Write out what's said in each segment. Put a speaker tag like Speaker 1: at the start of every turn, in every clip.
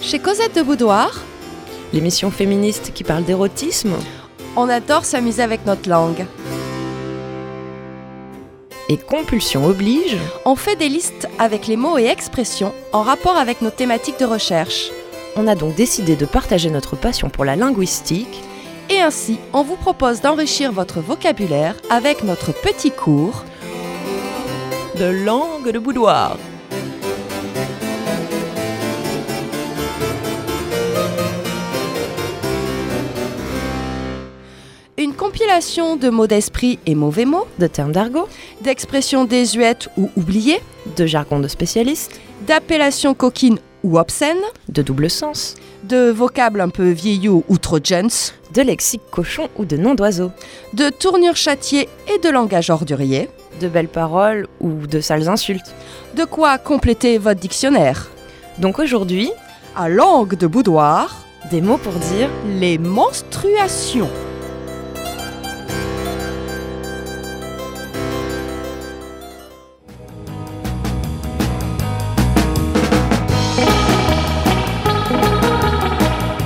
Speaker 1: Chez Cosette de Boudoir,
Speaker 2: l'émission féministe qui parle d'érotisme.
Speaker 1: on adore s'amuser avec notre langue.
Speaker 2: Et compulsion oblige,
Speaker 1: On fait des listes avec les mots et expressions en rapport avec nos thématiques de recherche.
Speaker 2: on a donc décidé de partager notre passion pour la linguistique
Speaker 1: Et ainsi, on vous propose d'enrichir votre vocabulaire avec notre petit cours.
Speaker 2: de langue de boudoir.
Speaker 1: Une compilation de mots d'esprit et mauvais mots,
Speaker 2: De termes d'argot,
Speaker 1: d'expressions désuètes ou oubliées,
Speaker 2: de jargon de spécialiste,
Speaker 1: d'appellations coquines ou obscènes,
Speaker 2: de double sens,
Speaker 1: de vocables un peu vieillots ou trop jeunes,
Speaker 2: de lexique cochon ou de nom d'oiseau,
Speaker 1: de tournures châtiées et de langage ordurier,
Speaker 2: de belles paroles ou de sales insultes.
Speaker 1: de quoi compléter votre dictionnaire.
Speaker 2: Donc aujourd'hui,
Speaker 1: À langue de boudoir,
Speaker 2: des mots pour dire
Speaker 1: les menstruations.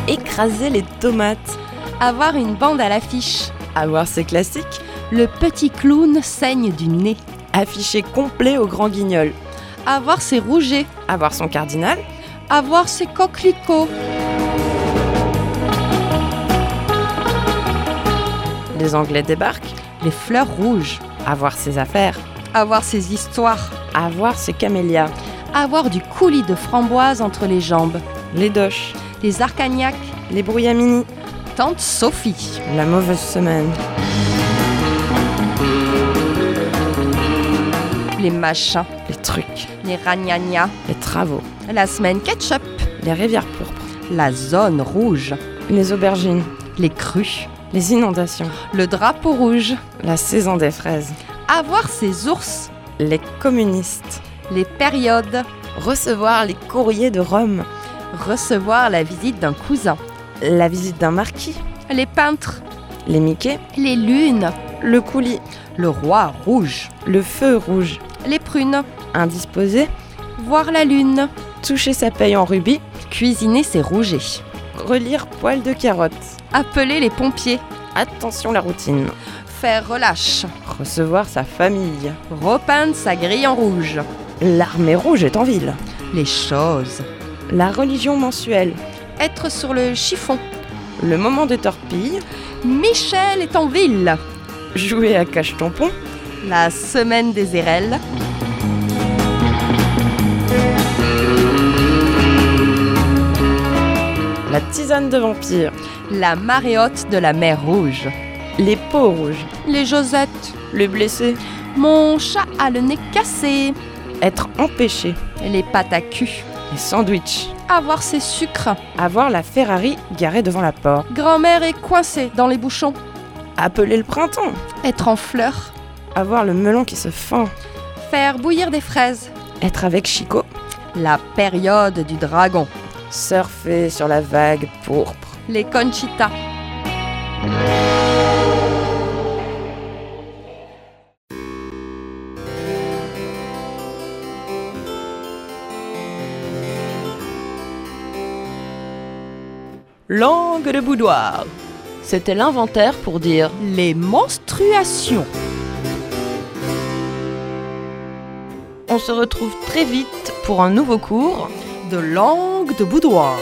Speaker 2: écraser les tomates.
Speaker 1: Avoir une bande à l'affiche.
Speaker 2: Avoir ses classiques,
Speaker 1: Le petit clown saigne du nez.
Speaker 2: afficher complet au grand guignol.
Speaker 1: Avoir ses rougets.
Speaker 2: Avoir son cardinal,
Speaker 1: Avoir ses coquelicots.
Speaker 2: les Anglais débarquent.
Speaker 1: Les fleurs rouges.
Speaker 2: Avoir ses affaires,
Speaker 1: Avoir ses histoires.
Speaker 2: avoir ses camélias,
Speaker 1: Avoir du coulis de framboise entre les jambes.
Speaker 2: les doches,
Speaker 1: Les arcagnacs.
Speaker 2: les brouillamini,
Speaker 1: Tante Sophie.
Speaker 2: la mauvaise semaine.
Speaker 1: Les machins.
Speaker 2: les trucs,
Speaker 1: Les ragnagnas.
Speaker 2: les travaux,
Speaker 1: La semaine ketchup.
Speaker 2: les rivières pourpres,
Speaker 1: La zone rouge.
Speaker 2: les aubergines,
Speaker 1: Les crues.
Speaker 2: les inondations,
Speaker 1: Le drapeau rouge.
Speaker 2: la saison des fraises,
Speaker 1: Avoir ses ours.
Speaker 2: les communistes,
Speaker 1: Les périodes.
Speaker 2: recevoir les courriers de Rome,
Speaker 1: Recevoir la visite d'un cousin.
Speaker 2: la visite d'un marquis,
Speaker 1: Les peintres.
Speaker 2: les Mickey,
Speaker 1: Les lunes.
Speaker 2: le coulis,
Speaker 1: Le roi rouge.
Speaker 2: le feu rouge,
Speaker 1: Les prunes.
Speaker 2: indisposé,
Speaker 1: Voir la lune.
Speaker 2: toucher sa paye en rubis,
Speaker 1: Cuisiner ses rougets.
Speaker 2: relire poil de carotte.
Speaker 1: Appeler les pompiers.
Speaker 2: Attention la routine.
Speaker 1: Faire relâche.
Speaker 2: Recevoir sa famille.
Speaker 1: Repeindre sa grille en rouge.
Speaker 2: L'armée rouge est en ville.
Speaker 1: Les choses.
Speaker 2: La religion mensuelle.
Speaker 1: Être sur le chiffon.
Speaker 2: Le moment de torpille.
Speaker 1: Michel est en ville.
Speaker 2: Jouer à cache-tampon.
Speaker 1: La semaine des érelles.
Speaker 2: La tisane de vampire.
Speaker 1: La marée haute de la mer rouge.
Speaker 2: Les peaux rouges.
Speaker 1: Les Josettes.
Speaker 2: Le blessé.
Speaker 1: Mon chat a le nez cassé.
Speaker 2: Être empêché.
Speaker 1: Les pâtes à cul.
Speaker 2: Les sandwichs.
Speaker 1: Avoir ses sucres.
Speaker 2: Avoir la Ferrari garée devant la porte.
Speaker 1: Grand-mère est coincée dans les bouchons.
Speaker 2: Appeler le printemps.
Speaker 1: Être en fleurs.
Speaker 2: Avoir le melon qui se fend.
Speaker 1: Faire bouillir des fraises.
Speaker 2: Être avec Chico.
Speaker 1: La période du dragon.
Speaker 2: Surfer sur la vague pourpre.
Speaker 1: Les conchitas.
Speaker 3: Langue de boudoir. C'était l'inventaire pour dire
Speaker 1: Les menstruations.
Speaker 3: on se retrouve très vite pour un nouveau cours.
Speaker 1: de langue de boudoir.